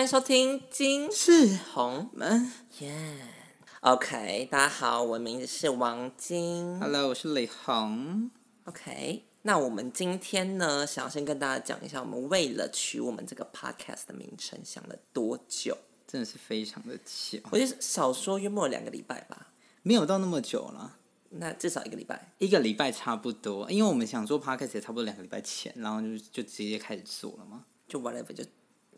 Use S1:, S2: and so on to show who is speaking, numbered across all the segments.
S1: 迎收听金
S2: 是
S1: 红
S2: 们
S1: 燕。OK，大家好，我的名字是王晶。
S2: ，Hello，我是李红。
S1: OK，那我们今天呢，想要先跟大家讲一下，我们为了取我们这个 podcast 的名称想了多久。
S2: 真的是非常的巧，
S1: 我就少说约莫两个礼拜吧，
S2: 没有到那么久了，
S1: 那至少一个礼拜。
S2: 一个礼拜差不多。因为我们想做 podcast 也差不多两个礼拜前，然后就就直接开始做了嘛。
S1: 就 whatever，就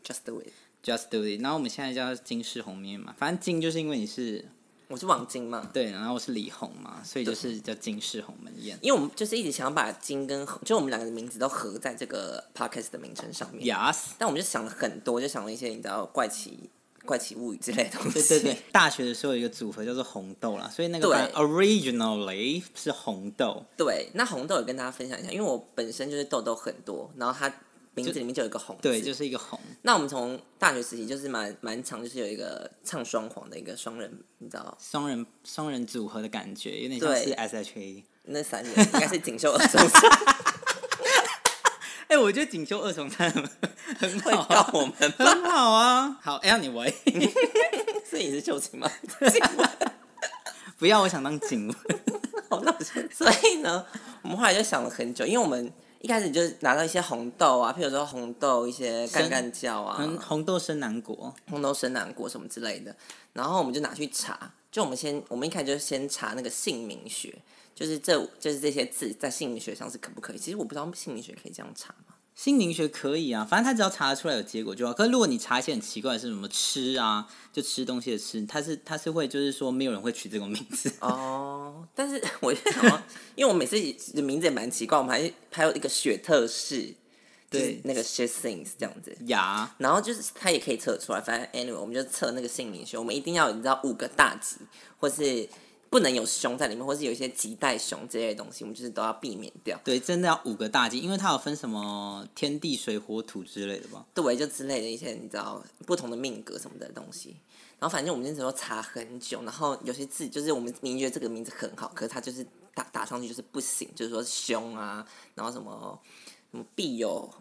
S1: just do it。
S2: Just do it。然后我们现在叫金氏红面嘛，反正金就是因为你是
S1: 我是王晶嘛，
S2: 对，然后我是李红嘛，所以就是叫金氏红门宴。
S1: 因为我们就是一直想要把金跟红就我们两个的名字都合在这个 podcast 的名称上面。
S2: Yes。
S1: 但我们就想了很多，就想了一些你知道怪奇、怪奇物语之类的东西。
S2: 对对对，大学的时候有一个组合叫做红豆啦，所以那个
S1: 对
S2: 班 originally 是红豆，
S1: 对那红豆也跟大家分享一下，因为我本身就是痘痘很多，然后它名字里面就有一个红字。
S2: 对，就是一个红，
S1: 那我们从大学时期就是蛮蛮长，就是有一个唱双簧的一个双人，你知道
S2: 双人双人组合的感觉，有点像
S1: 对
S2: 是 SHE。
S1: 那三人应该是锦绣二重
S2: 哎、我觉得锦绣二重唱很
S1: 会
S2: 好啊，
S1: 告我们吗？
S2: 很好啊。好，Anyway，
S1: 所以你是秀琴吗？
S2: 不要，我想当 警卫。
S1: 好那我先所以呢，我们后来就想了很久，因为我们一开始就拿到一些红豆啊，譬如说红豆一些干干胶啊，
S2: 嗯，红豆生南国，
S1: 红豆生南国什么之类的，然后我们就拿去查，就我们先我们一开始就先查那个姓名学，就是这就是这些字在姓名学上是可不可以？其实我不知道姓名学可以这样查吗？
S2: 心灵学可以啊，反正他只要查得出来有结果就好。可是如果你查一些很奇怪的是什么吃啊，就吃东西的吃，他是他是会就是说没有人会取这种名字。
S1: 哦， 但是我就想说，因为我每次的名字也蛮奇怪，我们还还有一个雪特氏，就是
S2: 对
S1: 那个 she sings 这样子，
S2: 牙
S1: 然后就是它也可以测出来，反正 anyway 我们就测那个姓名学，我们一定要你知道五个大吉，或是不能有凶在里面，或是有一些吉带凶这类的东西，我们就是都要避免掉。
S2: 对，真的要五个大金，因为它有分什么天地水火土之类的吧。
S1: 对，就之类的一些你知道不同的命格什么的东西。然后反正我们那时候查很久，然后有些字就是我们明觉得这个名字很好，可是它就是打打上去就是不行，就是说凶啊，然后什么什么必有，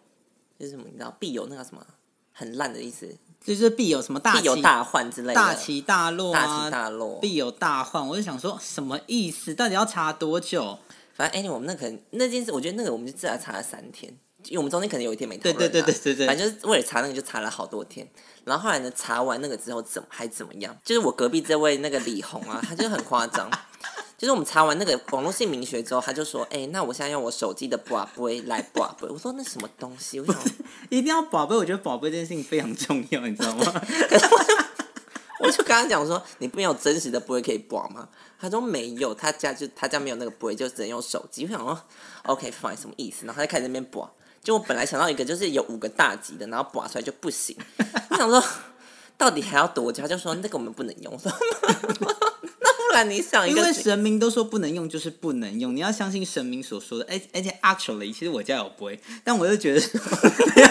S1: 就是什么你知道必有那个什么很烂的意思，
S2: 就是必有什么大
S1: 必有
S2: 起
S1: 大患之类的，
S2: 大起大落
S1: 大
S2: 啊，
S1: 起大落。
S2: 必有大患。我就想说什么意思？到底要查多久？
S1: 反正 anyway，我们那可能那件事，我觉得那个我们就至少查了三天，因为我们中间可能有一天没讨论啊、
S2: 对对对对对对
S1: 反正就是为了查那个就查了好多天。然后后来呢，查完那个之后怎么还怎么样？就是我隔壁这位那个李红啊，他就很夸张。 就是我们查完那个网络姓名学之后，他就说：“哎、那我现在用我手机的 b 杯来 b 杯。”我说：“那什么东西？”我想，
S2: 一定要宝贝，我觉得宝贝这件事情非常重要，你知道 吗？
S1: 我就跟他讲说：“你没有真实的 b 可以 b 吗？”他说：“没有，他家就他家没有那个 b 就只能用手机。”我想说：“OK fine，什么意思？”然后他就开始在那边 b 就我本来想到一个就是有五个大吉的，然后 b 出来就不行。我想说，到底还要多久？他就说：“那个我们不能用。” 我说：“那不然你想一
S2: 因
S1: 个
S2: 为神明都说不能用，就是不能用，你要相信神明所说的。而而且 actually，其实我家有杯，但我就觉得说没有，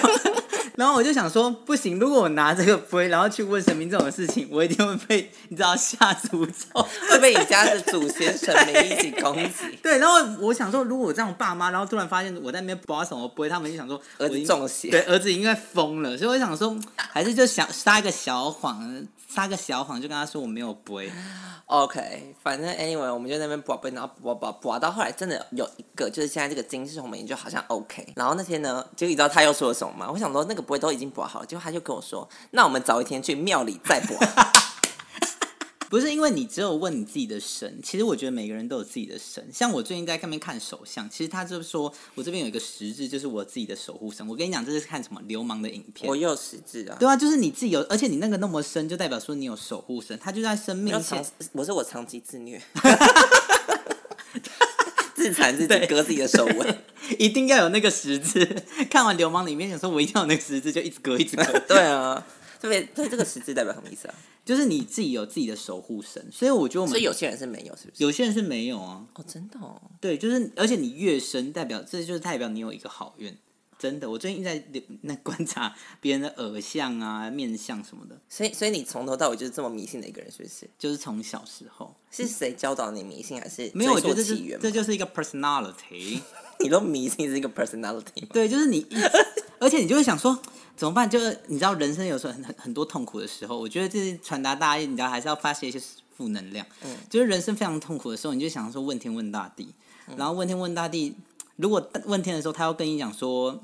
S2: 然后我就想说，不行，如果我拿这个杯，然后去问神明这种事情，我一定会被你知道下诅咒。，
S1: 会被你家的祖先神明一起攻击
S2: 对，然后我想说，如果我这样爸妈，然后突然发现我在那边不知道什么杯，他们就想说
S1: 儿
S2: 我已
S1: 子
S2: 经
S1: 中邪。”
S2: 对，儿子应该疯了，所以我想说，还是就想撒一个小谎，撒个小谎，就跟他说我没有杯。
S1: OK，反正 anyway，我们就在那边卜卜，然后卜卜卜到后来真的有一个，就是现在这个金氏红门就好像 OK。然后那天呢，结果你知道他又说了什么吗？我想说那个不会都已经卜好了，结果他就跟我说，那我们早一天去庙里再卜。
S2: 不是因为你只有问你自己的神，其实我觉得每个人都有自己的神。像我最近在上面看手相，其实他就说我这边有一个十字，就是我自己的守护神。我跟你讲，这是看什么流氓的影片
S1: 我。又识字啊，
S2: 对啊，就是你自己有，而且你那个那么深，就代表说你有守护神，他就在生
S1: 要
S2: 命
S1: 长
S2: 线。，
S1: 我说我长期自 虐，自残自己
S2: 对
S1: 割自己的手 腕。
S2: 一定要有那个十字。 看完《流氓》里面，想说我一定要有那个十字，就一直割，一直割。
S1: 对啊，特别对这个识字代表什么意思啊？
S2: 就是你自己有自己的守护神，所以我觉得我
S1: 所
S2: 们
S1: 以有些人是没有，是不是？
S2: 有些人是没有啊。
S1: 哦，真的哦。
S2: 对，就是而且你越深，代表这就是代表你有一个好运。真的，我最近在那观察别人的耳相啊、面相什么的，
S1: 所以所以你从头到尾就是这么迷信的一个人，是不是？
S2: 就是从小时候
S1: 是谁教导你迷信，还是
S2: 没有，我觉得
S1: 追
S2: 这
S1: 溯
S2: 是
S1: 起源吗
S2: 这就是一个 personality。
S1: 你都迷信是一个 personality 吗？
S2: 对，就是你一，而且你就会想说怎么办？就是你知道人生有时候很很很多痛苦的时候，我觉得这是传达大意，你知道还是要发泄一些负能量。嗯，就是人生非常痛苦的时候，你就想说问天问大地，
S1: 嗯
S2: 然后问天问大地，如果问天的时候他要跟你讲说。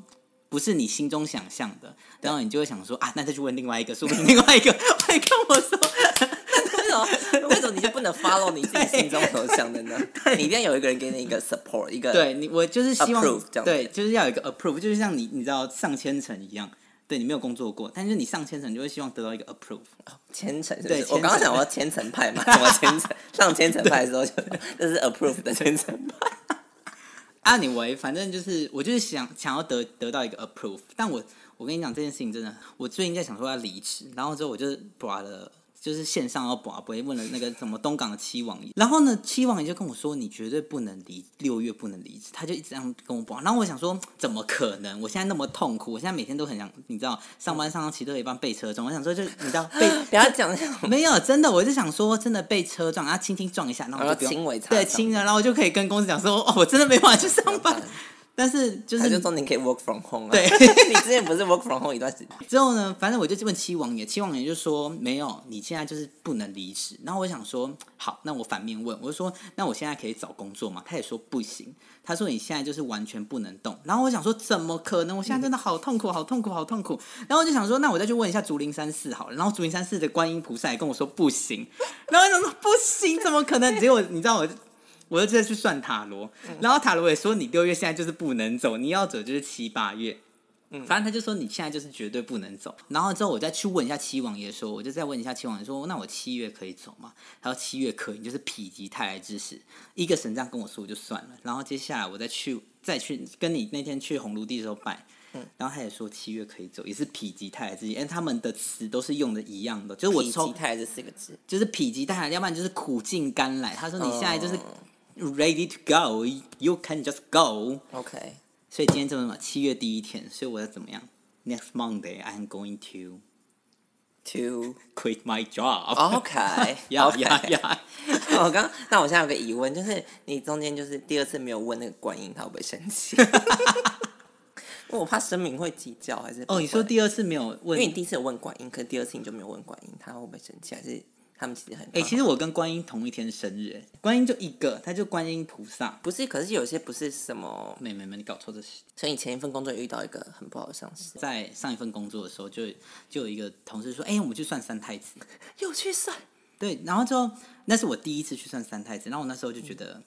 S2: 不是你心中想象的，然后你就会想说啊，那再去问另外一个，说不定另外 一个会跟我 说，
S1: 为什么？为什么你就不能 follow 你自己心中所想的呢？ 你一定要有一个人给你一个 support，一个
S2: 对你，我就是希望
S1: Approve，这样
S2: 对，就是要有一个 approve，就是像你你知道上千层一样，对你没有工作过，但是你上千层就会希望得到一个 approve，
S1: 千层是不
S2: 对
S1: 是
S2: 千？层
S1: 我刚刚讲我要千层派嘛，什么千层？上千层派的时候就 这是 approve 的千层派。
S2: anyway，反正就是我就是想想要得得到一个 approve，但我我跟你讲这件事情真的，我最近在想说要离职，然后之后我就是把了。就是线上要把不会问了那个什么东港的七王爷，然后呢，七王爷就跟我说你绝对不能离，六月不能离职，他就一直这样跟我讲。然后我想说怎么可能？我现在那么痛苦，我现在每天都很想，你知道，上班上到骑到一半被车撞，我想说就你知道 被
S1: 不要讲这种
S2: 没有，真的，我就想说，真的被车撞，然啊后轻轻撞一下，然后我就不用
S1: 然后啊轻微擦伤
S2: 对轻的，然后我就可以跟公司讲说，哦，我真的没办法去上
S1: 办
S2: 班。但是就
S1: 他
S2: 是
S1: 就说你可以 work from home 啊。
S2: 对
S1: 你之前不是 work from home 一段时间？
S2: 之后呢，反正我就问七王爷，七王爷就说没有，你现在就是不能离职。然后我想说，好，那我反面问，我就说，那我现在可以找工作吗？他也说不行，他说你现在就是完全不能动。然后我想说，怎么可能？我现在真的好痛苦，好痛苦，好痛苦。然后我就想说，那我再去问一下竹林山寺好了。然后竹林山寺的观音菩萨也跟我说不行，然后我想说不行，怎么可能？结果你知道我。我就再去算塔罗，
S1: 嗯
S2: 然后塔罗也说你六月现在就是不能走，你要走就是七八月。
S1: 嗯
S2: 反正他就说你现在就是绝对不能走。然后之后我再去问一下七王爷说，我就再问一下七王爷说，那我七月可以走吗？他说七月可以，你就是否极泰来之时，一个神这样跟我说我就算了。然后接下来我再去再去跟你那天去红炉地的时候拜。
S1: 嗯
S2: 然后他也说七月可以走，也是否极泰来之时，因为他们的词都是用的一样的，就是我
S1: 否
S2: 抽
S1: 极泰来这四个字，
S2: 就是否极泰来，要不然就是苦尽甘来。他说你现在就是
S1: 哦
S2: ready to go，you can just go。
S1: OK，
S2: 所以今天这么什么七月第一天，所以我要怎么样？Next Monday I'm going to
S1: two
S2: quit my job。
S1: OK，
S2: 呀
S1: OK
S2: 呀呀！
S1: 我哦刚，那我现在有个疑问，就是你中间就是第二次没有问那个观音，他会不会生气？ 因为我怕声明会计较，还是不
S2: 哦，
S1: 会
S2: 你说，第二次没有
S1: 因为
S2: 问？哎
S1: 你、第一次有问观音，可是第二次你就没有问观音，他会不会生气？还是他们其实很……哎
S2: 其实我跟观音同一天生日，哎观音就一个，他就观音菩萨。
S1: 不是，可是有些不是什么，
S2: 妹妹们，你搞错这是。
S1: 所以你前一份工作也遇到一个很不好的上司，
S2: 在上一份工作的时候就，就有一个同事说：“哎、我们去算三太子。”
S1: 又去算，
S2: 对，然后之后那是我第一次去算三太子，然后我那时候就觉得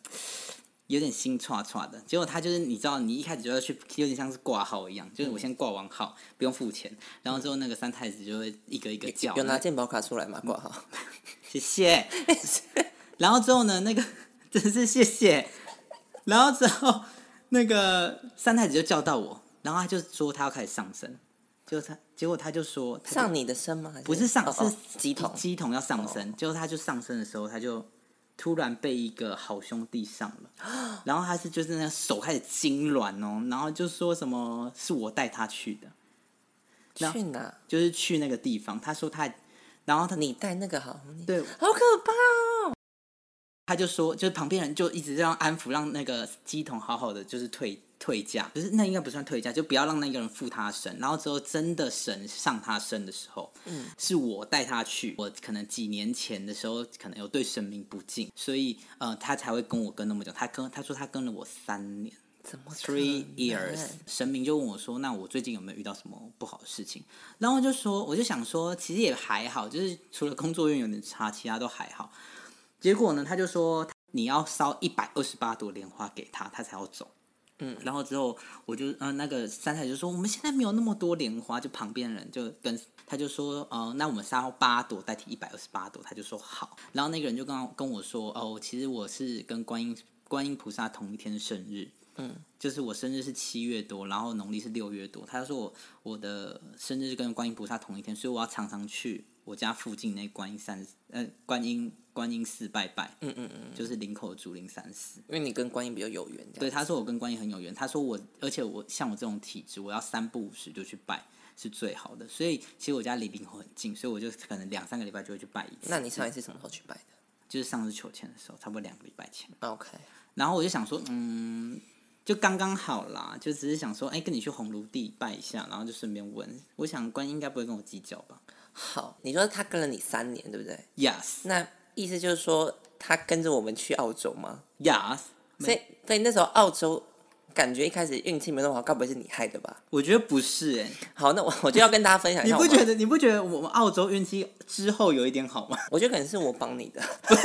S2: 有点心歘歘的。结果他就是你知道，你一开始就要去，有点像是挂号一样，就是我先挂完号，不用付钱，然后之后那个三太子就会一个一个叫，
S1: 有拿健保卡出来吗？挂 号，
S2: 谢谢。 然后之后呢，那个真是谢谢。然后之后那个三太子就叫到我，然后他就说他要开始上身，结果他结果他就说他就
S1: 上你的身吗？还是
S2: 不是上、
S1: 哦哦
S2: 是
S1: 鸡桶？
S2: 鸡桶要上升，结果他就上升的时候，他就突然被一个好兄弟上
S1: 哦
S2: 了，然后他是就是那手开始痉挛哦，然后就说什么是我带他去的，那
S1: 去哪？
S2: 就是去那个地方，他说他，然后他
S1: 你带那个好，你
S2: 对
S1: 好可怕哦！
S2: 他就说，就是旁边人就一直这样安抚，让那个鸡桶好好的就是退退价，不是那应该不算退价，就不要让那个人附他身。然后之后真的神上他身的时候，嗯，是我带他去，我可能几年前的时候可能有对神明不敬，所以呃他才会跟我跟那么久。他跟他说他跟了我三年。
S1: 怎么可
S2: Three
S1: 能
S2: years，神明就问我说：“那我最近有没有遇到什么不好的事情？”然后我就说，我就想说，其实也还好，就是除了工作运有点差，其他都还好。结果呢，他就说你要烧一百二十八朵莲花给他，他才要走。嗯，然后之后我就嗯、呃那个三太就说我们现在没有那么多莲花，就旁边人就跟他就说，呃，那我们烧八朵代替一百二十八朵，他就说好。然后那个人就跟我跟我说，哦，其实我是跟观音观音菩萨同一天生日，嗯，就是我生日是七月多，然后农历是六月多。他就说我我的生日是跟观音菩萨同一天，所以我要常常去我家附近那观音山，呃，观音观音寺拜拜，嗯嗯嗯，就是林口竹林山寺。
S1: 因为你跟观音比较有缘，
S2: 对，
S1: 对，
S2: 他说我跟观音很有缘。他说我，而且我像我这种体质，我要三不五时就去拜是最好的。所以其实我家离灵火很近，所以我就可能两三个礼拜就会去拜一次。
S1: 那你上一次什么时候去拜的
S2: 就是上次求签的时候，差不多两个礼拜前。
S1: ？OK，
S2: 然后我就想说，嗯，就刚刚好啦，就只是想说，哎、跟你去红炉地拜一下，然后就顺便问。我想观音应该不会跟我计较吧
S1: 好，你说他跟了你三年，对不对？
S2: ？Yes,
S1: 那意思就是说他跟着我们去澳洲吗？
S2: yes。
S1: 所以，所以那时候澳洲感觉一开始运气没那么好，该不会是你害的吧？
S2: 我觉得不是哎、
S1: 好，那我我就要跟大家分享一
S2: 你
S1: 下我
S2: 不
S1: 妈，
S2: 觉得你不觉得我们澳洲运气之后有一点好吗？
S1: 我觉得可能是我帮你的，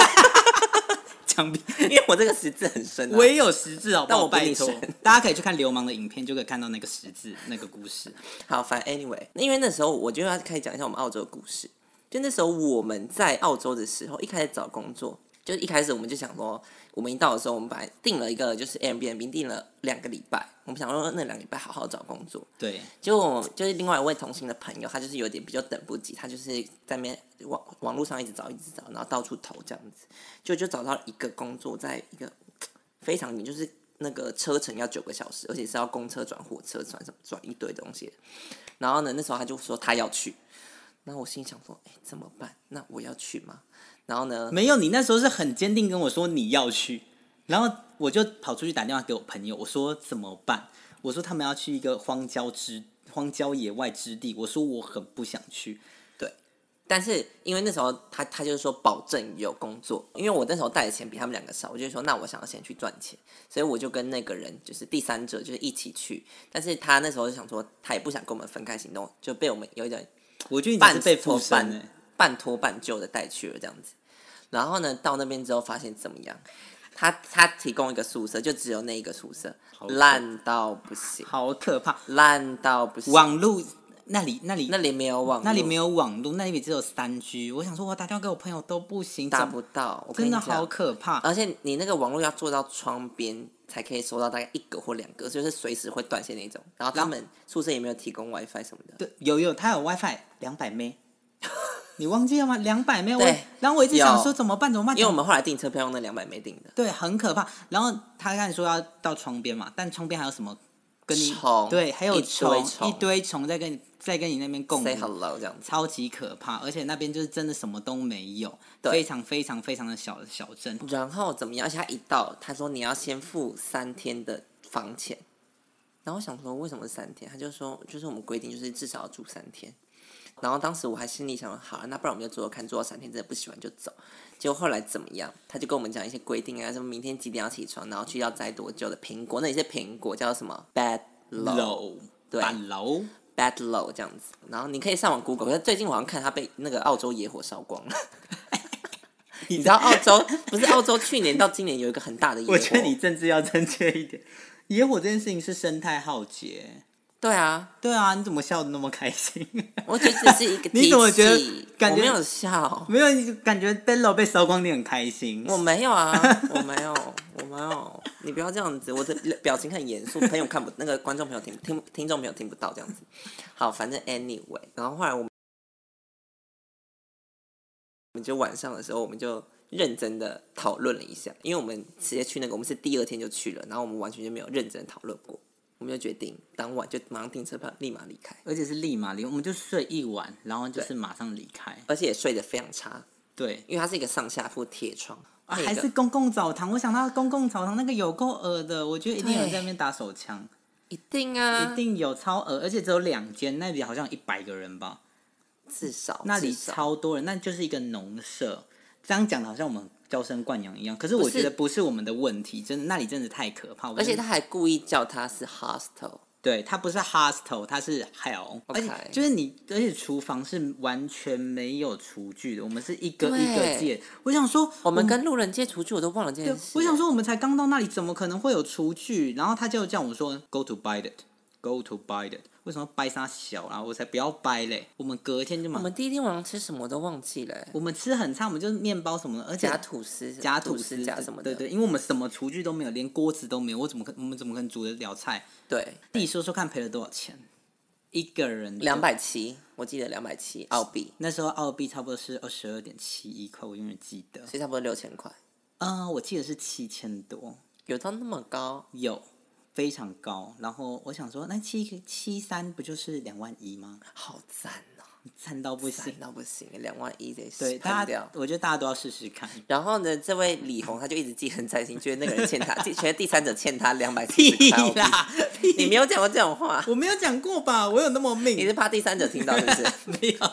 S2: 墙壁
S1: 因为我这个识字很深、啊。
S2: 我也有实质好不
S1: 但
S2: 好？
S1: 我比
S2: 拜
S1: 你
S2: 托
S1: 深，
S2: 大家可以去看流氓的影片，就可以看到那个实质那个故事。
S1: 好，反正 anyway，那因为那时候我就要开始讲一下我们澳洲的故事。就那时候我们在澳洲的时候，一开始找工作，就一开始我们就想说，我们一到的时候，我们本来定了一个就是 Airbnb 定了两个礼拜，我们想说那两个礼拜好好找工作。
S2: 对，
S1: 结果我就是另外一位同行的朋友，他就是有点比较等不及，他就是在那边网网络上一直找，一直找，然后到处投这样子，就就找到一个工作，在一个非常远，就是那个车程要九个小时，而且是要公车转火车转什么转一堆东西的。然后呢，那时候他就说他要去，然后我心里想说，哎，怎么办？那我要去吗？然后呢，
S2: 没有你那时候是很坚定跟我说你要去，然后我就跑出去打电话给我朋友，我说怎么办？我说他们要去一个荒郊之荒郊野外之地，我说我很不想去。
S1: 但是因为那时候他他就是说保证有工作，因为我那时候带的钱比他们两个少，我就说那我想要先去赚钱，所以我就跟那个人就是第三者就是一起去，但是他那时候就想说他也不想跟我们分开行动，就被我们有一点
S2: 我觉得你真
S1: 半
S2: 是被
S1: 拖
S2: 附身、
S1: 半
S2: 欸，
S1: 半拖半就的带去了这样子。然后呢，到那边之后发现怎么样？他他提供一个宿舍，就只有那一个宿舍，
S2: 可
S1: 烂到不行，
S2: 好可怕！
S1: 烂到不行，
S2: 网路那里那里
S1: 那里没有网，
S2: 那里没
S1: 有
S2: 有网路，那里只有三 G。我想说，我打电话给我朋友都不行，
S1: 打
S2: 怎么
S1: 不呃到，我跟
S2: 真
S1: 你
S2: 的
S1: 讲。
S2: 好可怕。
S1: 而且你那个网络要做到窗边才可以收到大概一个或两个，就是随时会断线那种。然后他们宿舍也没有提供 WiFi 什么的。
S2: 对，有有，他有 WiFi 两百 m 你忘记了吗？两百 m 我
S1: 对
S2: 然后我一直想说
S1: 有
S2: 怎么办怎么办，
S1: 因为我们后来订车票用那两百没订的，
S2: 对，很可怕。然后他刚才说要到窗边嘛，但窗边还有什么跟你
S1: 虫
S2: 对，还有
S1: 一堆
S2: 虫
S1: 虫
S2: 一堆虫在跟你在跟你那边共
S1: say
S2: 舞，
S1: hello 这样子。
S2: 超级可怕。而且那边就是真的什么都没有，
S1: 对
S2: 非常非常非常的小的小镇。
S1: 然后怎么样？而且他一到，他说你要先付三天的房钱。然后我想说为什么三天？他就说就是我们规定就是至少要住三天。然后当时我还心里想，好啊、那不然我们就做做看，做到三天真的不喜欢就走。结果后来怎么样？他就跟我们讲一些规定啊，什么明天几点要起床，然后去要摘多久的苹果，那里是苹果叫什么 bad low
S2: 楼
S1: 对
S2: 板 楼，
S1: bad low 这样子。然后你可以上网 Google，可是最近我好像看他被那个澳洲野火烧光 了。你知道澳洲不是澳洲去年到今年有一个很大的野火？
S2: 我觉得你政治要正确一点。野火这件事情是生态浩劫，
S1: 对啊，
S2: 对啊，你怎么笑的那么开心？
S1: 我觉得只是一个
S2: 你怎么觉得
S1: 提起
S2: 感
S1: 我
S2: 觉
S1: 没有笑，
S2: 没有，你感觉 b e l l o 被烧光，你很开心。
S1: 我没有啊， 我没有，我没有，你不要这样子，我的表情很严肃，朋友看不，那个观众朋友听听听众朋友听不到这样子。好，反正 anyway，然后后来我们我们就晚上的时候，我们就认真的讨论了一下，因为我们直接去那个，我们是第二天就去了，然后我们完全就没有认真地讨论过，我们就决定当晚就马上订车票，立马离开，
S2: 而且是立马离，我们就睡一晚，然后就是马上离开。
S1: 而且也睡得非常差，
S2: 对，
S1: 因为它是一个上下铺铁窗，
S2: 啊，
S1: 配一
S2: 还
S1: 个
S2: 是公共澡堂，我想到公共澡堂那个有够恶的，我觉得一定有人
S1: 对
S2: 在那边打手枪，
S1: 一定啊，
S2: 一定有超恶，而且只有两间，那里好像一百个人吧，
S1: 至少
S2: 那里
S1: 至少
S2: 超多人，那就是一个农舍。这样讲的好像我们娇生惯养一样，可是我
S1: 不是
S2: 觉得不是我们的问题，真的那里真的太可怕。我
S1: 而且
S2: 真的
S1: 他还故意叫他是 hostel，
S2: 对，它不是 hostel，它是 hell，、而
S1: OK
S2: 且就是你，而且厨房是完全没有厨具的，我们是一个一个
S1: 对
S2: 借。我想说，
S1: 我们跟路人借厨具，我都忘了这件事。
S2: 嗯我想，说，我们才刚到那里，怎么可能会有厨具？然后他就叫我说，Go to buy it。Go to buy it，为什么掰啥小啊？我才不要掰嘞！我们隔天就
S1: 我
S2: 买，
S1: 们第一天晚上吃什么都忘记了、
S2: 我们吃很差，我们就是面包什么的，而且
S1: 夹吐司、
S2: 夹
S1: 吐
S2: 司
S1: 夹什么的。
S2: 对对，因为我们什么厨具都没有，连锅子都没有，我怎么可我们怎么可能煮得了菜？
S1: 对，
S2: 自己说说看赔了多少钱？一个人就
S1: 两百七，我记得两百七澳币，
S2: 那时候澳币差不多是二十二点七一块，我永远记得。呃
S1: 所以差不多六千块，
S2: 嗯、我记得是七千多，
S1: 有到那么高？
S2: 有非常高，然后我想说，那七七三不就是两万一吗？
S1: 好赞哦、
S2: 惨到不行
S1: 赞。到不行，两万一得
S2: 对，
S1: 喷
S2: 大
S1: 掉
S2: 家。我觉得大家都要试 试看。
S1: 然后呢，这位李红他就一直记恨在心，觉得那个人欠他，觉得第三者欠他两百七
S2: 屁
S1: 十块。我不
S2: 啦，
S1: 你没有讲过这种话，
S2: 我没有讲过吧？我有那么
S1: 你
S2: 命？
S1: 是怕第三者听到是 不是？
S2: 没有。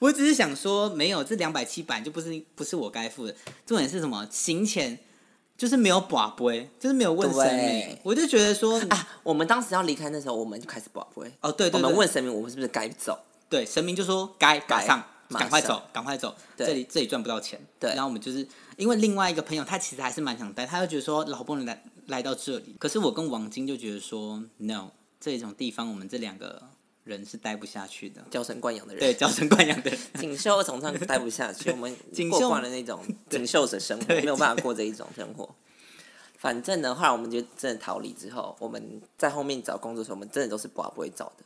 S2: 我只是想说，没有这两百七版就不是不是我该付的。重点是什么？行前就是没有把杯，就是没有问神明
S1: 对，
S2: 我就觉得说，
S1: 啊，我们当时要离开那时候，我们就开始保会。
S2: 哦，对
S1: 我
S2: 对
S1: 们
S2: 对，
S1: 问神明，我们是不是该走？
S2: 对，神明就说该马上
S1: 马
S2: 赶快
S1: 上
S2: 走，赶快走，
S1: 对
S2: 这里这里赚不到钱。
S1: 对
S2: 然后我们就是因为另外一个朋友，他其实还是蛮想待，他就觉得说老不能来来到这里。可是我跟王晶就觉得说，no，这种地方我们这两个人是待不下去 的。
S1: 娇生惯养的人，
S2: 对，娇生惯养的人，
S1: 锦绣从上待不下去，我们
S2: 锦
S1: 过
S2: 绣
S1: 惯了那种锦绣的生活，
S2: 对
S1: 没有办法过这一种生活。反正呢，后来我们就真的逃离之后，我们在后面找工作的时候，我们真的都是不好不会找的。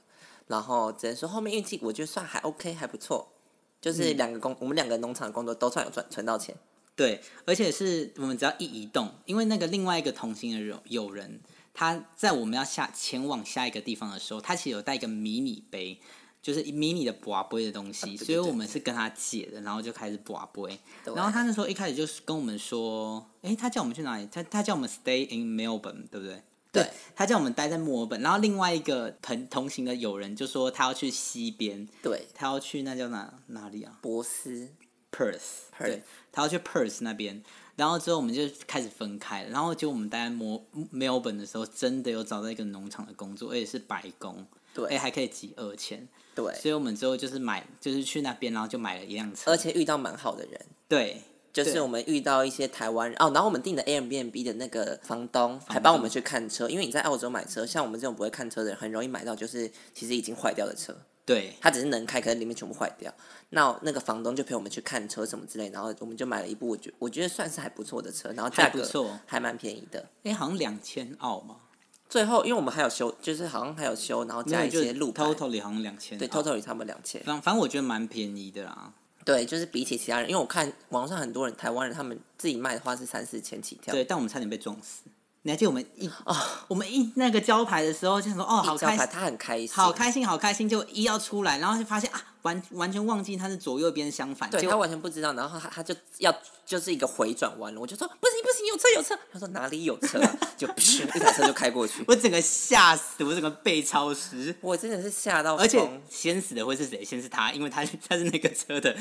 S1: 然后只能说后面运气，我觉得算还 OK，还不错。
S2: 嗯
S1: 就是两个工，我们两个农场的工作都算有赚存到钱。
S2: 对，而且是我们只要一移动，因为那个另外一个同行的友友人，他在我们要下前往下一个地方的时候，他其实有带一个迷你杯，就是迷你的拔杯的东西，
S1: 啊对
S2: 所以
S1: 对
S2: 我们是跟他借的，然后就开始拔杯。
S1: 对
S2: 然后他那时候一开始就是跟我们说，诶，他叫我们去哪里？他他叫我们 stay in Melbourne，对不对？
S1: 对
S2: 他叫我们待在墨尔本，然后另外一个同同行的友人就说他要去西边，
S1: 对，
S2: 他要去那叫哪哪里啊？
S1: 博斯
S2: Perth，
S1: Perth
S2: 对，他要去 Perth 那边，然后之后我们就开始分开了，然后结果我们待在墨 Melbourne 的时候，真的有找到一个农场的工作，而且是白工，
S1: 对
S2: 哎还可以集二千，
S1: 对，
S2: 所以我们之后就是买，就是去那边，然后就买了一辆车，
S1: 而且遇到蛮好的人，
S2: 对
S1: 就是
S2: 对
S1: 我们遇到一些台湾人哦，然后我们订的 Airbnb 的那个房东还帮我们去看车，因为你在澳洲买车，像我们这种不会看车的人，很容易买到就是其实已经坏掉的车，
S2: 对
S1: 它只是能开，可是里面全部坏掉。那那个房东就陪我们去看车什么之类，然后我们就买了一部我觉我觉得算是还不错的车，然后价
S2: 还不
S1: 格
S2: 错
S1: 还蛮便宜的。
S2: 哎好像两千澳嘛，
S1: 最后因为我们还有修，就是好像还有修，然后加一些路牌，
S2: ，total 好像两千，
S1: 对，total 他们两千。
S2: 反反正我觉得蛮便宜的啦，
S1: 对，就是比起其他人，因为我看网上很多人台湾人他们自己卖的话是三四千起跳，
S2: 对，但我们差点被撞死。你还记得我们一哦，我们一那个交牌的时候就想说哦，好
S1: 一张
S2: 开
S1: 牌
S2: 心，
S1: 他很开心，
S2: 好开心，好开心！就一要出来，然后就发现啊，完完全忘记它是左右边相反。
S1: 对
S2: 结
S1: 他
S2: 果
S1: 完全不知道，然后他他就要就是一个回转弯了，我就说不行不行，有车有车，他说哪里有车啊，就噗一台车就开过去，
S2: 我整个吓死，我整个被超时。
S1: 我真的是吓到疯，
S2: 而且先死的会是谁？先是他，因为他 是他是那个车的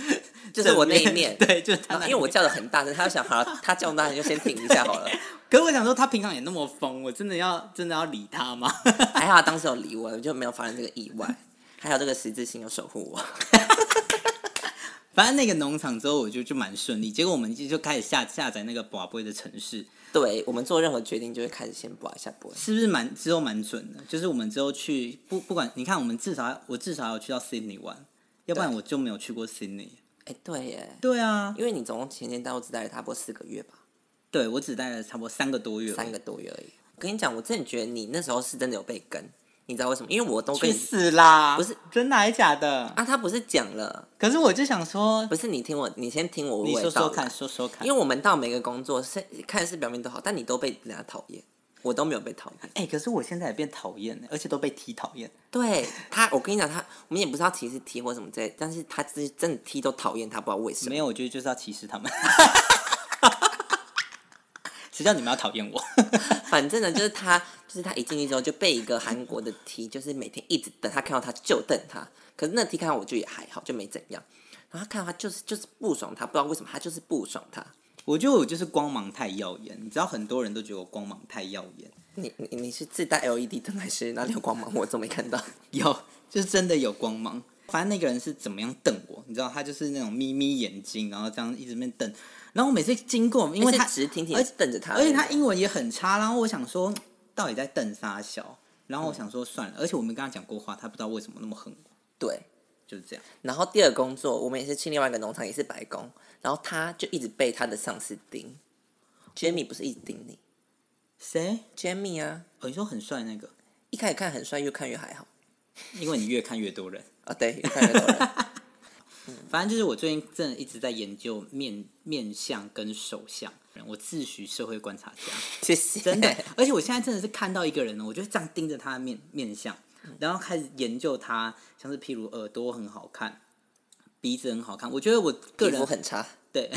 S1: 就
S2: 正，
S1: 是我那一面
S2: 对，就是他
S1: 然后
S2: 那一面。
S1: 因为我叫的很大声，他就想好了，他叫那你就先停一下好了，
S2: 可是我想说，他平常也那么疯，我真的要真的要理他吗？
S1: 还好他当时有理我，我就没有发生这个意外，还有这个十字星有守护我，
S2: 反正那个农场之后，我就就蛮顺利。结果我们就就开始下下载那个宝贝的城市，
S1: 对我们做任何决定就会开始先拨一下拨，
S2: 是不是蛮之后蛮准的？就是我们之后去不不管，你看我们至少要我至少要去到 Sydney 玩，要不然我就没有去过 Sydney。
S1: 哎对耶，
S2: 对啊，
S1: 因为你总共前前到后只待了差不多四个月吧。
S2: 对我只待了差不多三个多月而已，
S1: 三个多月而已。我跟你讲，我真的觉得你那时候是真的有被跟，你知道为什么？因为我都跟
S2: 去
S1: 你
S2: 死啦！
S1: 不是
S2: 真的还假的？
S1: 啊，他不是讲了，
S2: 可是我就想说，
S1: 不是你听我，你先听我
S2: 你
S1: 娓
S2: 说
S1: 娓
S2: 说
S1: 道
S2: 看，
S1: 来。
S2: 说说看
S1: 因。为我们到每个工作是看似表面都好，但你都被人家讨厌，我都没有被讨厌。
S2: 哎、可是我现在也变讨厌了，而且都被踢讨厌。
S1: 对他，我跟你讲，他我们也不知道歧视 T 或什么之类，但是他真真的 T 都讨厌他，不知道为什么
S2: 没。有，我觉得就是要歧视他们。 谁叫你们要讨 厌我？
S1: 反正呢，就是他， 就是他一进去之后就被一个韩国的 T，就是每天一直等他看到他就瞪他。可是那 T 看到我就也还好，就没怎样。然后他看到他就是就是不爽他，不知道为什么他就是不爽他。
S2: 我觉得我就是光芒太耀眼，你知道很多人都觉得我光芒太耀眼，
S1: 你你你是自带 LED 灯还是哪里有光芒？我都没看到。
S2: 有就是真的有光芒。反正那个人是怎么样瞪我，你知道他就是那种眯眯眼睛，然后这样一直面瞪。然后我每次经过， 因为他
S1: 而且直挺挺
S2: 而
S1: 地瞪着他，
S2: 而且他英文也很差，然后我想说，到底在瞪啥小？然后我想说算了，而且我没跟他讲过话，他不知道为什么那么恨我，
S1: 对。
S2: 就是这样。
S1: 然后第二工作，我们也是去另外一个农场，也是白宫。然后他就一直被他的上司盯。Jamie 不是一直盯你
S2: 谁？
S1: ，Jamie 啊，
S2: 哦，你说很帅那个，
S1: 一开始看很帅，越看越还好。
S2: 因为你越看越多人。
S1: 啊，对，越看越多人。
S2: 反正就是我最近真的一直在研究面面相跟手相，我自诩社会观察家。
S1: 谢谢。
S2: 真的，而且我现在真的是看到一个人呢，我就这样盯着他的面面相，然后开始研究他，像是譬如耳朵很好看，鼻子很好看。我觉得我个
S1: 皮
S2: 人
S1: 肤很差，
S2: 对，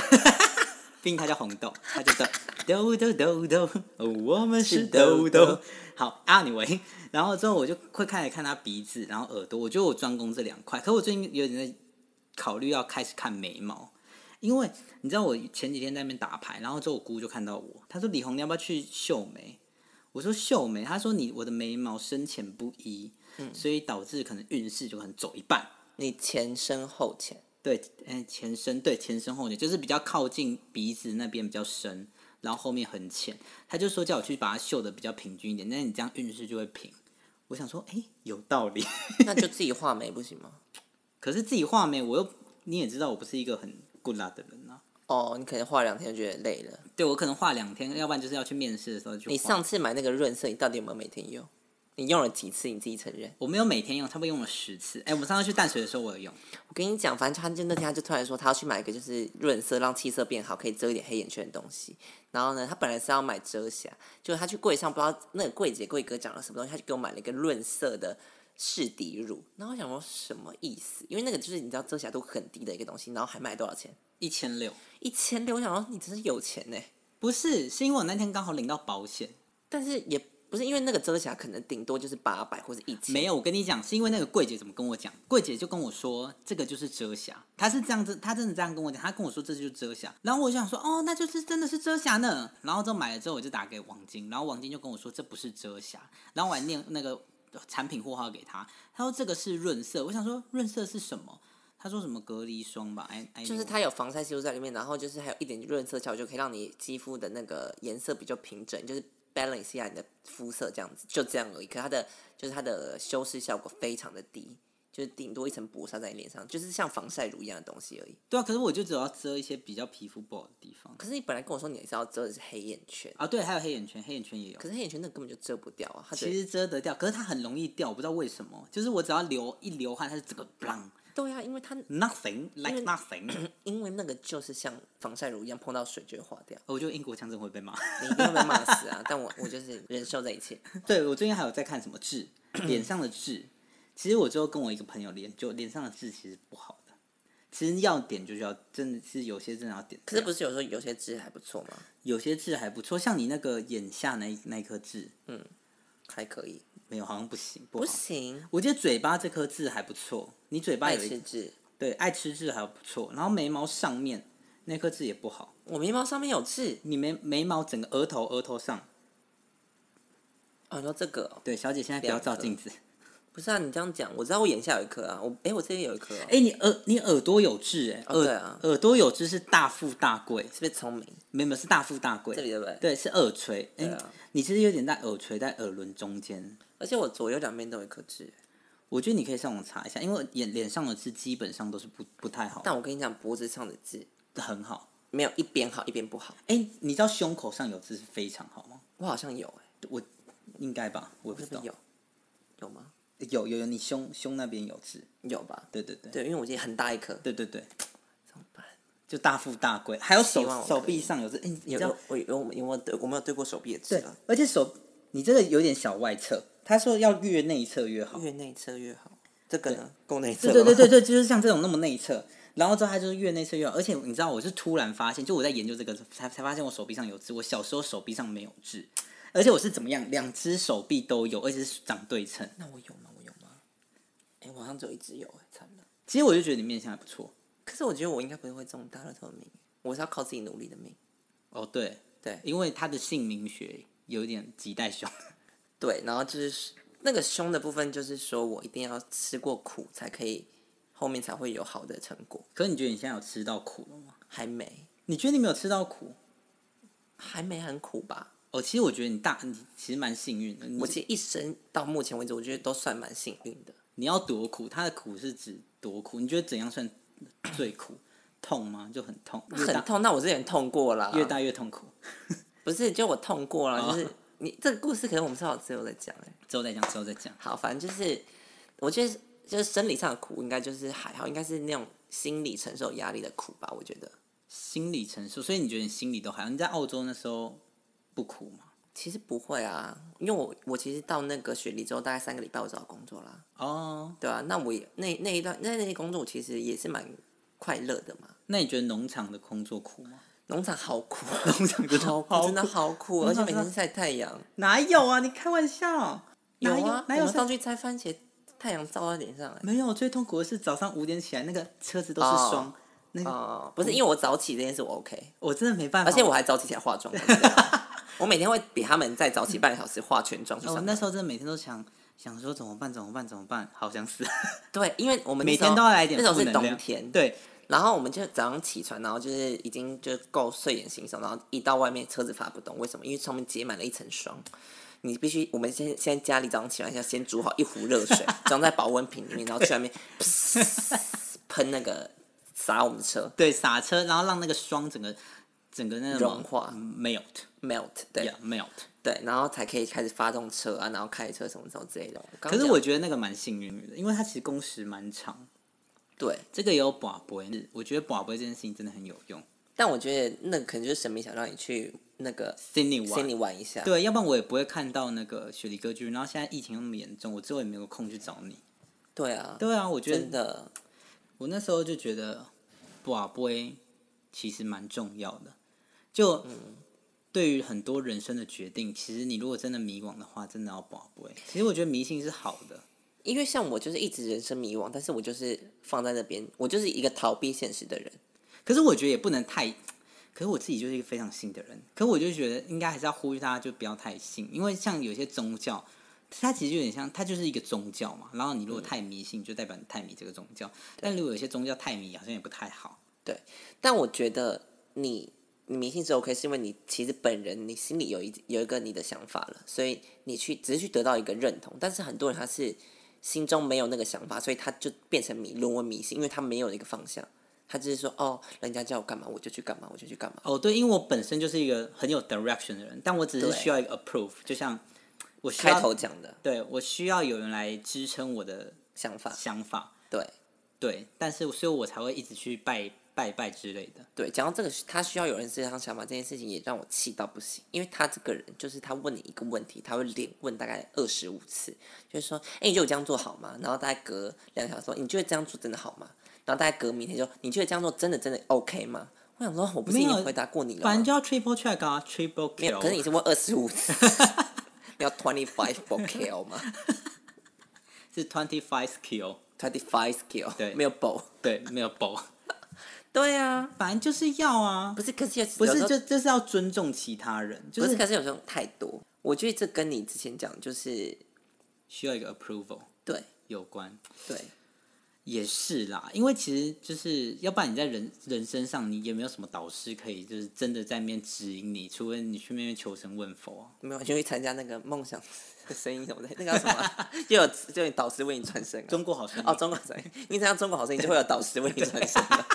S2: 毕竟他叫红豆，他就豆 豆豆豆豆，哦我们是
S1: 是
S2: 豆
S1: 豆
S2: 豆
S1: 豆。
S2: 好，anyway，然后之后我就会开始看他鼻子，然后耳朵，我觉得我专攻这两块。可我最近有点在考虑要开始看眉毛，因为你知道我前几天在那边打牌，然后之后我姑就看到我，她说李红你要不要去秀眉？我说秀眉，她说你我的眉毛深浅不一，所以导致可能运势就可能走一半。
S1: 你前深后 浅，
S2: 对，嗯，前深对前深后浅，就是比较靠近鼻子那边比较深，然后后面很浅。他就说叫我去把它绣的比较平均一点，那你这样运势就会平。我想说，哎，有道理。
S1: 那就自己画眉不行吗？
S2: 可是自己画眉，我又你也知道，我不是一个很 good luck 的人啊。
S1: 哦，你可能画两天就觉得累了。
S2: 对我可能画两天，要不然就是要去面试的时候就
S1: 你
S2: 画
S1: 上次买那个润色，你到底有没有每天用？你用了几次？你自己承认。
S2: 我没有每天用，差不多用了十次。哎，我们上次去淡水的时候我有用，
S1: 我跟你讲，反正他就那天他就突然说他要去买一个就是润色让气色变好，可以遮一点黑眼圈的东西。然后呢，他本来是要买遮瑕，结果他去柜上不知道那个柜姐柜哥讲了什么东西，他就给我买了一个润色的试底乳。然后我想说什么意思？因为那个就是你知道遮瑕度很低的一个东西，然后还卖多少钱？
S2: 一千六。
S1: 一千六。我想说你真是有钱呢、
S2: 不是，是因为我那天刚好领到保险。
S1: 但是也不是因为那个遮瑕可能顶多就是八百或者一千。
S2: 没有，我跟你讲，是因为那个柜姐怎么跟我讲，柜姐就跟我说这个就是遮瑕，她是这样子，她真的这样跟我讲，她跟我说这就是遮瑕，然后我就想说哦，那就是真的是遮瑕呢，然后之后买了之后我就打给王晶，然后王晶就跟我说这不是遮瑕，然后我还念那个产品货号给他，他说这个是润色，我想说润色是什么？他说什么隔离霜吧，哎哎，
S1: 就是它有防晒系数在里面，然后就是还有一点润色效果，就可以让你肌肤的那个颜色比较平整，就是 balance 一下你的肤色这样子，就这样而已。可它的就是它的修饰效果非常的低，就是顶多一层薄纱在你脸上，就是像防晒乳一样的东西而已。
S2: 对啊，可是我就只要遮一些比较皮肤不好的地方
S1: 可是你本来跟我说你是要遮的是黑眼圈，
S2: 啊，对，还有黑眼圈，黑眼圈也有。
S1: 可是黑眼圈那根本就遮不掉啊。它只
S2: 其实遮得掉，可是它很容易掉，我不知道为什么。就是我只要流一流汗，它是整个 b l n
S1: 对呀、啊因为它
S2: nothing like
S1: 为
S2: nothing。
S1: 因为那个就是像防晒乳一样，碰到水就会化掉，
S2: 我觉得英国腔真的会被骂。
S1: 你一定会被骂死啊！但我我就是忍受这一切。
S2: 对我最近还有在看什么痣，脸上的痣。其实我之后跟我一个朋友研究，脸上的痣其实不好的。其实要点就是要，真的是有些真的要点掉。
S1: 可是不是有时候有些痣还不错吗？
S2: 有些痣还不错，像你那个眼下那一那一颗痣，
S1: 还可以，
S2: 没有好像不行，不
S1: 不
S2: 好。
S1: 行。
S2: 我觉得嘴巴这颗痣还不错，你嘴巴
S1: 爱
S2: 有一
S1: 吃痣，
S2: 对爱吃痣还不错，然后眉毛上面那颗痣也不好。
S1: 我眉毛上面有痣。
S2: 你眉眉毛整个额头额头上，
S1: 哦，你说这个、哦、
S2: 对，小姐现在不要
S1: 两颗
S2: 照镜子。
S1: 不是啊？你这样讲，我知道我眼下有一颗啊，我哎，我这边有一颗、哦，
S2: 哎、你耳你耳朵有痣哎、
S1: 哦
S2: 耳、
S1: 对啊
S2: 耳朵有痣是大富大贵，
S1: 是不是聪明？
S2: 没有没有是大富大贵，
S1: 这里对不对？
S2: 对是耳垂，哎、
S1: 对啊
S2: 你其实有点在耳垂在耳轮中间，
S1: 而且我左右两边都有一颗痣，
S2: 我觉得你可以上网查一下，因为眼脸上的痣基本上都是不不太好，
S1: 但我跟你讲，脖子上的痣
S2: 很好。
S1: 没有一边好一边不好，
S2: 哎、你知道胸口上有痣是非常好吗？
S1: 我好像有哎、
S2: 我应该吧，我也不
S1: 是
S2: 知
S1: 不
S2: 道
S1: 是。有？有吗？
S2: 有有有，你胸胸那边有痣，
S1: 有吧？
S2: 对对对
S1: 对，因为我今天很大一颗，
S2: 对对对，
S1: 怎么办？
S2: 就大富大贵。还有手
S1: 希望我可以
S2: 手臂上有痣，哎、你
S1: 有
S2: 知道
S1: 有我有我有没有对我没有对过手臂的痣
S2: 对
S1: 啊？，
S2: 而且手你这个有点小外侧，他说要越内侧越好。
S1: 越内侧越好，这个呢？够内侧
S2: 对
S1: 吗？
S2: 对对对对，就是像这种那么内侧，然后之后他就是越内侧越好。而且你知道，我是突然发现，就我在研究这个才才发现我手臂上有痣，我小时候手臂上没有痣，而且我是怎么样，两只手臂都有，而且是长对称。
S1: 那我有吗？我有吗？哎、我好像只有一只有哎、惨了。
S2: 其实我就觉得你面相还不错。
S1: 可是我觉得我应该不是会中大乐透的命，我是要靠自己努力的命。
S2: 哦，对
S1: 对
S2: 因为他的姓名学有点几代雄，
S1: 对，然后就是那个凶的部分，就是说我一定要吃过苦才可以，后面才会有好的成果。
S2: 可是你觉得你现在有吃到苦了吗？
S1: 还没，
S2: 你觉得你没有吃到苦？
S1: 还没很苦吧？
S2: 哦，其实我觉得你大，你其实蛮幸运的。你
S1: 我其实一生到目前为止，我觉得都算蛮幸运的。
S2: 你要多苦，他的苦是指多苦？你觉得怎样算最苦？ 痛吗？就很痛，越
S1: 很
S2: 大
S1: 痛，那我之前痛过啦。
S2: 越大越痛苦。
S1: 不是，就我痛过了，
S2: 哦
S1: 就是你这个故事，可能我们是好只有在讲哎、
S2: 之后再讲，之后再讲。
S1: 好，反正就是，我觉得就是生理上的苦，应该就是还好，应该是那种心理承受压力的苦吧，我觉得。
S2: 心理承受，所以你觉得你心里都还好？你在澳洲那时候不苦吗？
S1: 其实不会啊，因为我我其实到那个雪梨之后，大概三个礼拜我找到工作啦，
S2: 哦，
S1: 对啊，那我也那那一段那那些工作，我其实也是蛮快乐的嘛。
S2: 那你觉得农场的工作苦吗？
S1: 农场好苦，啊
S2: 农场真的
S1: 好
S2: 好
S1: 苦，真的好苦，而
S2: 农
S1: 且
S2: 场
S1: 每
S2: 真的
S1: 天晒太阳。
S2: 哪有啊？你开玩笑？哪有
S1: 啊，
S2: 哪
S1: 我
S2: 有
S1: 们
S2: 晒
S1: 上去摘番茄，太阳照到脸上欸来。
S2: 没有，最痛苦的是早上五点起来，那个车子都是
S1: 哦
S2: 霜，那个、
S1: 哦，不是，因为我早起这件事我 OK，
S2: 我真的没办法。
S1: 而且我还早起起来化妆。我知道我每天会比他们再早起半个小时化全妆去
S2: 我
S1: 上
S2: 哦那
S1: 班。
S2: 时候真的每天都想想说怎么办，怎么办，怎么办，好想死。
S1: 对，因为我们那
S2: 每
S1: 时候
S2: 天都要来一点
S1: 那时候
S2: 负
S1: 是
S2: 能
S1: 冬
S2: 量。
S1: 天，
S2: 对，
S1: 然后我们就早上起床，然后就是已经就够睡眼惺忪，然后一到外面车子发不动，为什么？因为上面结满了一层霜。你必须，我们先先家里早上起来要先煮好一壶热水，装在保温瓶里面，然后去外面喷那个洒我们的车
S2: 对，洒车，然后让那个霜整个整个那个
S1: 融化
S2: ，melt，
S1: melt，对
S2: yeah, melt。
S1: 对，然后才可以开始发动车啊，然后开车什么什么之类的。刚
S2: 可是
S1: 讲
S2: 我觉得那个蛮幸运的，因为它其实工时蛮长，
S1: 对，
S2: 这个也有把杯，我觉得把杯这件事情真的很有用。
S1: 但我觉得那可能就是神明想让你去那个
S2: s y d n e
S1: 心
S2: y
S1: 里玩一下。
S2: 对，要不然我也不会看到那个雪梨歌剧。然后现在疫情那么严重，我之后也没有空去找你。
S1: 对啊，
S2: 对啊，我觉
S1: 真
S2: 得
S1: 的，
S2: 我那时候就觉得把杯其实蛮重要的，就。
S1: 嗯
S2: 对于很多人生的决定，其实你如果真的迷惘的话，真的要把杯。其实我觉得迷信是好的，
S1: 因为像我就是一直人生迷惘，但是我就是放在那边，我就是一个逃避现实的人。
S2: 可是我觉得也不能太，可是我自己就是一个非常信的人，可我就觉得应该还是要呼吁大家就不要太信，因为像有些宗教，它其实有点像，它就是一个宗教嘛。然后你如果太迷信，就代表你太迷这个宗教。但如果有些宗教太迷，好像也不太好。
S1: 但我觉得你你迷信是 OK，是因为你其实本人你心里有一有一个你的想法了，所以你去只是去得到一个认同。但是很多人他是心中没有那个想法，所以他就变成迷沦为迷信，因为他没有一个方向。他只是说哦，人家叫我干嘛我就去干嘛，我就去干嘛。
S2: 哦，对，因为我本身就是一个很有 direction 的人，但我只是
S1: 对
S2: 需要一个 approve，就像我需
S1: 开
S2: 要
S1: 头讲的
S2: 对啊我需要有人来支撑我的
S1: 想法，
S2: 想法，
S1: 对
S2: 对，但是所以我才会一直去拜拜拜之类的。
S1: 对，讲到这个，他需要有人支撑想法这件事情，也让我气到不行。因为他这个人，就是他问你一个问题，他会连问大概二十五次，就是说，哎、你觉得我这样做好吗？然后大概隔两个小时说，你觉得这样做真的好吗？然后大概隔明天就，你觉得这样做真的真的 OK 吗？我想说，我不是已
S2: 没
S1: 经
S2: 有
S1: 回答过你了
S2: 反正
S1: 吗？
S2: 就要 triple check 啊，triple
S1: 没
S2: kill。
S1: 有，可是你是问二十五 次，你要 twenty five for kill 吗
S2: 是 twenty five skill，
S1: ？twenty five skill，
S2: 对
S1: 没有 ball。
S2: 对，没有 b
S1: 对啊，
S2: 反正就是要啊
S1: 不，是，可是有时
S2: 不
S1: 有时
S2: 是
S1: 候
S2: 就就是要尊重其他人，就
S1: 不是，
S2: 是
S1: 可是有时候太多。我觉得这跟你之前讲，就是
S2: 需要一个 approval
S1: 对
S2: 有关，
S1: 对。
S2: 也是啦，因为其实就是要不然你在人人身上你也没有什么导师可以就是真的在面指引你，除非你去那边求神问佛啊。
S1: 没有，就去参加那个梦想 的声音什么的，那个叫什么啊？ 就有就有导师为你传声、啊。
S2: 中国好声音
S1: 哦，中国好声音，你参加中国好声音就会有导师为你传 声、啊。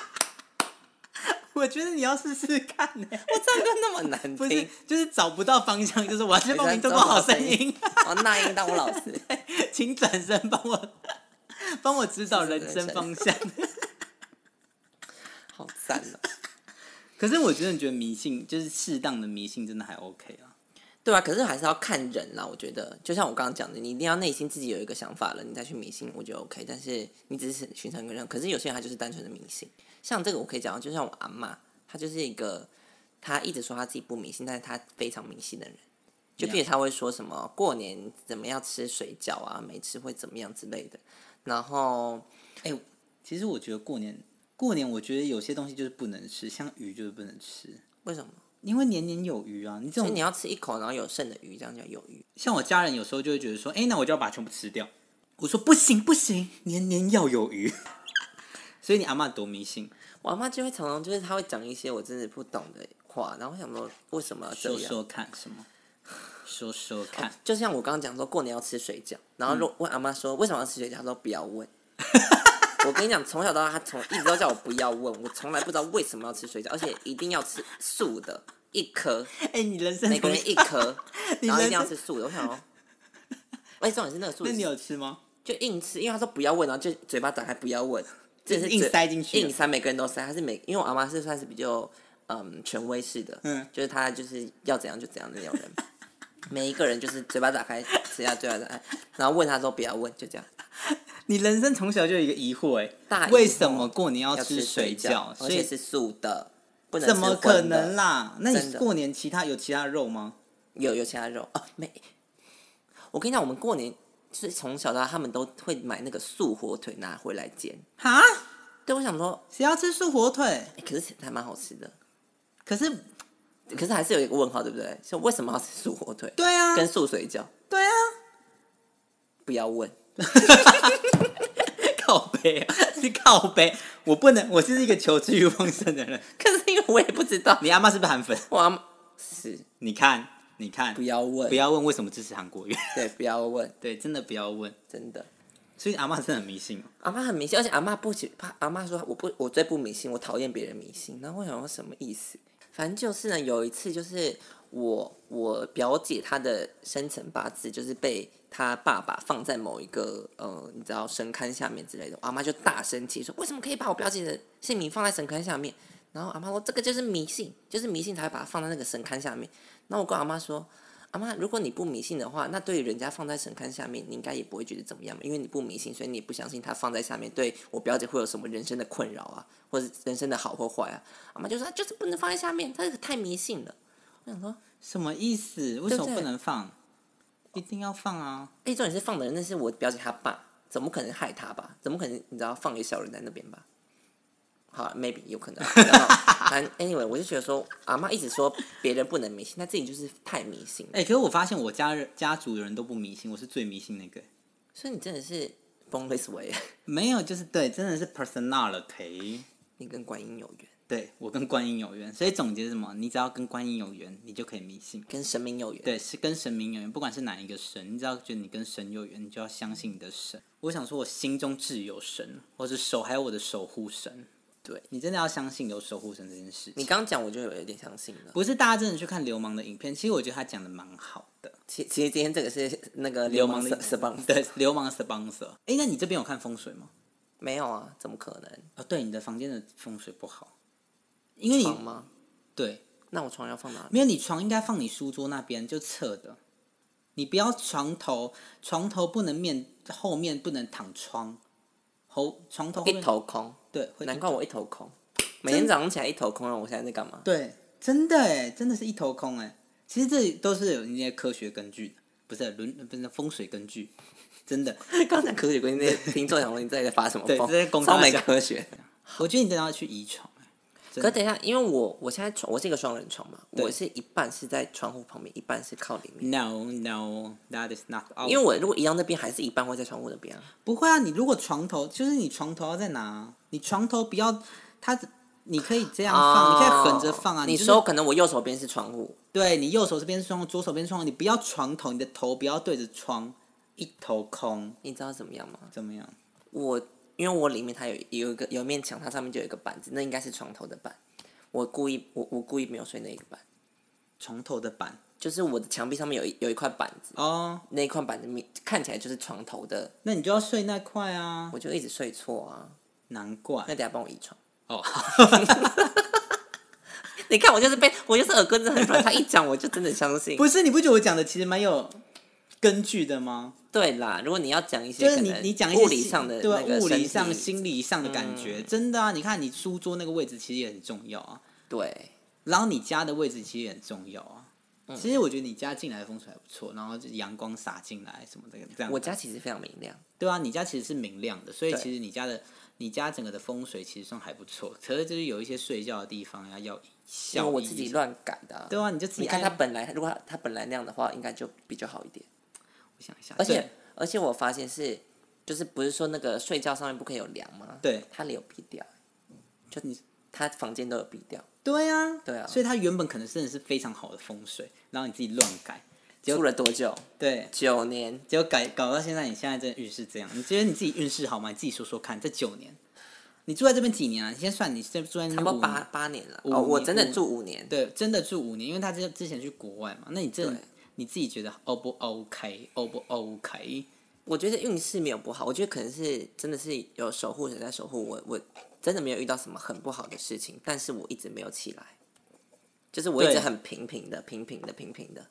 S2: 我觉得你要试试看 呢、
S1: 我唱歌那么难
S2: 啊不是
S1: 听，
S2: 就是找不到方向，就是我要去报名中国好声音，
S1: 然后哦那英当我老师，
S2: 请转身帮我帮我指导人生方向。
S1: 好赞哦、
S2: 可是我真的觉得迷信就是适当的迷信真的还 OK 啊。
S1: 对啊，可是还是要看人啦。我觉得，就像我刚刚讲的，你一定要内心自己有一个想法了，你再去迷信，我觉得 OK。但是你只是寻常一个人，可是有些人他就是单纯的迷信。像这个我可以讲到，就像我阿妈，她就是一个，她一直说她自己不迷信，但是她非常迷信的人。就
S2: Yeah
S1: 比如她会说什么过年怎么样吃水饺啊，没吃会怎么样之类的。然后
S2: 哎、其实我觉得过年过年，我觉得有些东西就是不能吃，像鱼就是不能吃，
S1: 为什么？
S2: 因为年年有余啊。你这
S1: 所以你
S2: 种
S1: 要吃一口，然后有剩的鱼，这样叫有鱼。
S2: 像我家人有时候就会觉得说，哎、那我就要把它全部吃掉。我说不行不行，年年要有余。 所以你阿妈多迷信，
S1: 我阿妈就会常常就是她会讲一些我真的不懂的话，然后我想说为什么要这
S2: 说
S1: 样？
S2: 说看什么？说说 看，
S1: 就像我刚刚讲说，过年要吃水饺，然
S2: 嗯
S1: 后若问阿妈说为什么要吃水饺，她说不要问。我跟你讲，从小到大，她从一直都叫我不要问，我从来不知道为什么要吃水饺，而且一定要吃素的，一颗，
S2: 哎、你人生
S1: 每个
S2: 从
S1: 人一颗，
S2: 你
S1: 然后一定要
S2: 人
S1: 吃素的。我想哦，而且重点是那个素
S2: 那
S1: 的
S2: 你
S1: 是
S2: 有吃吗？
S1: 就硬吃，因为她说不要问，然后就嘴巴打开不要问，真的是
S2: 硬
S1: 嘴
S2: 塞进去
S1: 硬塞，每个人都塞。他是每，因为我阿妈是算是比较嗯权威式的，
S2: 嗯
S1: 就是她就是要怎样就怎样的那种人。 每一个人就是嘴巴打开，吃下嘴巴打开，然后问他说不要问，就这样。
S2: 你人生从小就有一个疑惑哎、
S1: 大疑惑
S2: 为什么过年要
S1: 要
S2: 吃
S1: 水
S2: 饺？
S1: 而
S2: 所
S1: 且
S2: 以
S1: 是素的，不能
S2: 怎
S1: 吃
S2: 么
S1: 荤
S2: 可
S1: 的
S2: 能啦？那
S1: 真
S2: 你
S1: 的
S2: 过年其他有其他肉吗？
S1: 有有其他肉啊，没。我跟你讲，我们过年就是从小到大，他们都会买那个素火腿拿回来煎。
S2: 哈，
S1: 对，我想说，
S2: 谁要吃素火腿？
S1: 欸可是还蛮好吃的，
S2: 可是，
S1: 可是还是有一个问号，对不对？说为什么要吃素火腿？
S2: 对啊，
S1: 跟素水饺
S2: 对啊，
S1: 不要问，
S2: 靠背啊， 是靠背。我不能，我是一个求知欲旺盛的人。
S1: 可是因为我也不知道，
S2: 你阿妈是不是韩粉？
S1: 我阿嬷是
S2: 你看，你看
S1: 不，要问，
S2: 不要问为什么支持韩国瑜。
S1: 对，不要问，
S2: 对，真的不要问。
S1: 真的。
S2: 所以阿妈真的很迷信哦。
S1: 阿妈很迷信，而且阿妈不喜，怕阿妈说我不我最不迷信，我讨厌别人迷信。然后我想说什么意思？反正就是呢，有一次就是我我表姐她的生辰八字就是被她爸爸放在某一个呃你知道神龛下面之类的，我阿妈就大生气说为什么可以把我表姐的姓名放在神龛下面？然后阿妈说这个就是迷信，就是迷信才会把它放在那个神龛下面。然后我跟阿妈说。阿妈，如果你不迷信的话，那对于人家放在神龛下面，你应该也不会觉得怎么样嘛，因为你不迷信，所以你也不相信他放在下面对我表姐会有什么人生的困扰啊，或者人生的好或坏啊。阿妈就说，就是不能放在下面，他太迷信了。我想说，
S2: 什么意思？为什么
S1: 对
S2: 不能放？一定要放啊！
S1: 哎、重点是放的人那是我表姐她爸，怎么可能害他吧？怎么可能你知道放给小人在那边吧？好，maybe 有可能。啊然后反正 anyway，我就觉得说，阿妈一直说别人不能迷信，她自己就是太迷信了。
S2: 哎、可是我发现我家人家族的人都不迷信，我是最迷信那个。
S1: 所以你真的是 boneless way，
S2: 没有，就是对，真的是 personality。
S1: 你跟观音有缘。
S2: 对我跟观音有缘，所以总结是什么？你只要跟观音有缘，你就可以迷信。
S1: 跟神明有缘。
S2: 对，是跟神明有缘，不管是哪一个神，你只要觉得你跟神有缘，你就要相信你的神。我想说，我心中自有神，或是手，还有我的守护神。
S1: 对
S2: 你真的要相信有守护神这件事
S1: 你
S2: 情，
S1: 刚刚讲，我就有一点相信了。
S2: 不是大家真的去看流氓的影片。其实我觉得他讲的蛮好的，
S1: 其其实今天这个是那个流
S2: 流氓
S1: 氓
S2: 的
S1: s p o
S2: 对，流氓 sponsor。哎、那你这边有看风水吗？
S1: 没有啊，怎么可能？
S2: 哦，对，你的房间的风水不好，因为
S1: 床
S2: 你
S1: 吗？
S2: 对
S1: 那我床要放哪里？
S2: 没有，你床应该放你书桌那边，就侧的。你不要床头，床头不能面，后面不能躺窗，后床头后
S1: 一
S2: 面
S1: 头空，
S2: 对，会
S1: 难怪我一头空。每天早上起来一头空，然后我现在在干嘛？
S2: 对，真的哎，真的是一头空哎。其实这都是有一些科学根据的，不是伦不是风水根据，真的。
S1: 刚才科学规那些听众想问你在在发什么
S2: 对
S1: 疯
S2: 这是公？
S1: 哦超
S2: 大
S1: 没
S2: 奖
S1: 科学。
S2: 我觉得你真的要去移床哎。真
S1: 可
S2: 的
S1: 等一下，因为我我现在床我是一个双人床嘛，
S2: 对
S1: 我是一半是在窗户旁边，一半是靠里面。
S2: No no, that is not out。
S1: 因为我如果移到那边，还是一半会在窗户那边啊。
S2: 不会啊，你如果床头就是你床头要在哪啊？你床头不要它，你可以这样放，你可以横着放啊。
S1: 哦你
S2: 就是
S1: 说可能我右手边是窗户，
S2: 对你右手这边是窗，左手边是窗，你不要床头，你的头不要对着窗，一头空，
S1: 你知道怎么样吗？
S2: 怎么样？
S1: 我因为我里面它有有一个有一面墙，它上面就有一个板子，那应该是床头的板。我故意我我故意没有睡那一个板，
S2: 床头的板
S1: 就是我的墙壁上面有一有一块板子，
S2: 哦，
S1: 那一块板子面看起来就是床头的，
S2: 那你就要睡那块啊，
S1: 我就一直睡错啊。
S2: 难怪
S1: 那等下帮我移床。
S2: 哦。
S1: 你看我就是被我就是耳根子很软，他一讲我就真的相信。
S2: 不是，你不觉得我讲的其实蛮有根据的吗？
S1: 对啦，如果你要讲一些
S2: 就
S1: 可
S2: 是
S1: 能
S2: 你你讲一些
S1: 物理
S2: 心
S1: 上的
S2: 对啊
S1: 那个
S2: 物
S1: 身
S2: 理
S1: 体
S2: 上、心理上的感觉，
S1: 嗯
S2: 真的啊！你看你书桌那个位置其实也很重要啊，
S1: 对，
S2: 然后你家的位置其实也很重要啊。
S1: 嗯
S2: 其实我觉得你家进来的风水还不错，然后就阳光洒进来什么这个这样
S1: 我，家其实非常明亮，
S2: 对啊，你家其实是明亮的，所以
S1: 对
S2: 其实你家的你家整个的风水其实算还不错，可是就是有一些睡觉的地方啊要要
S1: 因
S2: 小
S1: 为我自己，乱改的啊、
S2: 对啊，你就自
S1: 你
S2: 己
S1: 看
S2: 按
S1: 他本来如果他本来那样的话，应该就比较好一点。
S2: 我想一下，
S1: 而
S2: 对
S1: 且而且我发现是，就是不是说那个睡觉上面不可以有梁吗？
S2: 对
S1: 他有避掉，欸就你他房间都有避掉，
S2: 对啊，
S1: 对啊
S2: 所以它原本可能真的是非常好的风水，然后你自己乱改，
S1: 住了多久？
S2: 对，
S1: 九年。
S2: 结果改搞到现在，你现在这运势这样，你觉得你自己运势好吗？你自己说说看，这九年，你住在这边几年啊？你先算你这住在那
S1: 差不多
S2: 边五
S1: 八
S2: 年，
S1: 八年了
S2: 五
S1: 哦，我
S2: 年
S1: 整
S2: 五
S1: 整住五年，
S2: 对，真的住五年，因为他之之前去国外嘛，那你这
S1: 对
S2: 你自己觉得 O 不 OK？O 不 OK？
S1: 我觉得运势没有不好，我觉得可能是真的是有守护神在守护我，我真的没有遇到什么很不好的事情，但是我一直没有起来，就是我一直
S2: 对
S1: 很平平的、平平的、平平的，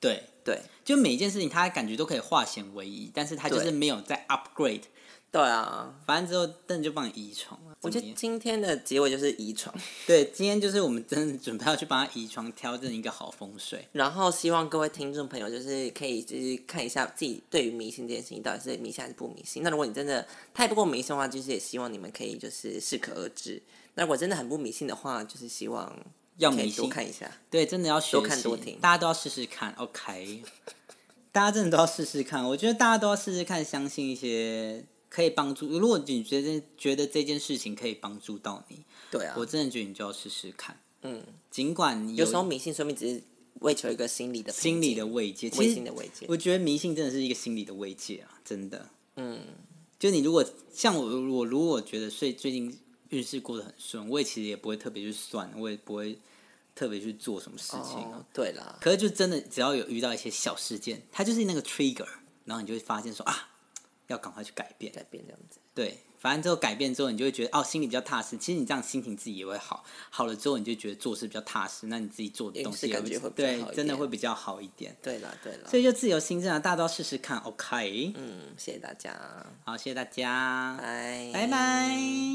S2: 对，
S1: 对
S2: 就每一件事情他感觉都可以化险为夷，但是他就是
S1: 对
S2: 没有再 upgrade。
S1: 对啊，
S2: 反正之后邓就帮你移床了。
S1: 我
S2: 怎
S1: 觉
S2: 么
S1: 得
S2: 样
S1: 今天的结尾就是遗传，
S2: 对，今天就是我们真的准备要去帮他移床，调整一个好风水。
S1: 然后希望各位听众朋友就是可以就是看一下自己对于迷信这件事情到底是迷信还是不迷信。那如果你真的太不够迷信的话，就是也希望你们可以就是适可而止。那如果真的很不迷信的话，就是希望
S2: 要
S1: 可
S2: 迷
S1: 以多
S2: 信，
S1: 看一下。
S2: 对，真的要学习，
S1: 多看多听
S2: 大家都要试试看。OK，大家真的都要试试看。我觉得大家都要试试看，相信一些可以帮助。如果你觉得觉得这件事情可以帮助到你，
S1: 对啊，
S2: 我真的觉得你就要试试看。
S1: 嗯，
S2: 尽管你
S1: 有时候迷信说明只是为求一个心理的平
S2: 心理
S1: 静
S2: 的慰藉，
S1: 微
S2: 其
S1: 信
S2: 实
S1: 的慰藉。
S2: 我觉得迷信真的是一个心理的慰藉啊，真的。
S1: 嗯，
S2: 就你如果像我，我如果觉得最最近运势过得很顺，我也其实也不会特别去算，我也不会特别去做什么事情啊。
S1: 哦，对啦，
S2: 可是就真的只要有遇到一些小事件，它就是那个 trigger，然后你就会发现说啊，要赶快去改变。
S1: 改变这样子。
S2: 对，反正之后改变之后，你就会觉得哦，心里比较踏实。其实你这样心情自己也会好，好了之后你就觉得做事比较踏实，那你自己做的
S1: 运
S2: 东
S1: 势
S2: 西也
S1: 感觉会比较
S2: 对
S1: 好，一
S2: 真的
S1: 点
S2: 会比较好一点。
S1: 对啦，对啦
S2: 所。以就自由心证啊，大家都要试试看，OK？
S1: 嗯，谢谢大家，
S2: 好，谢谢大家，
S1: 拜
S2: 拜拜。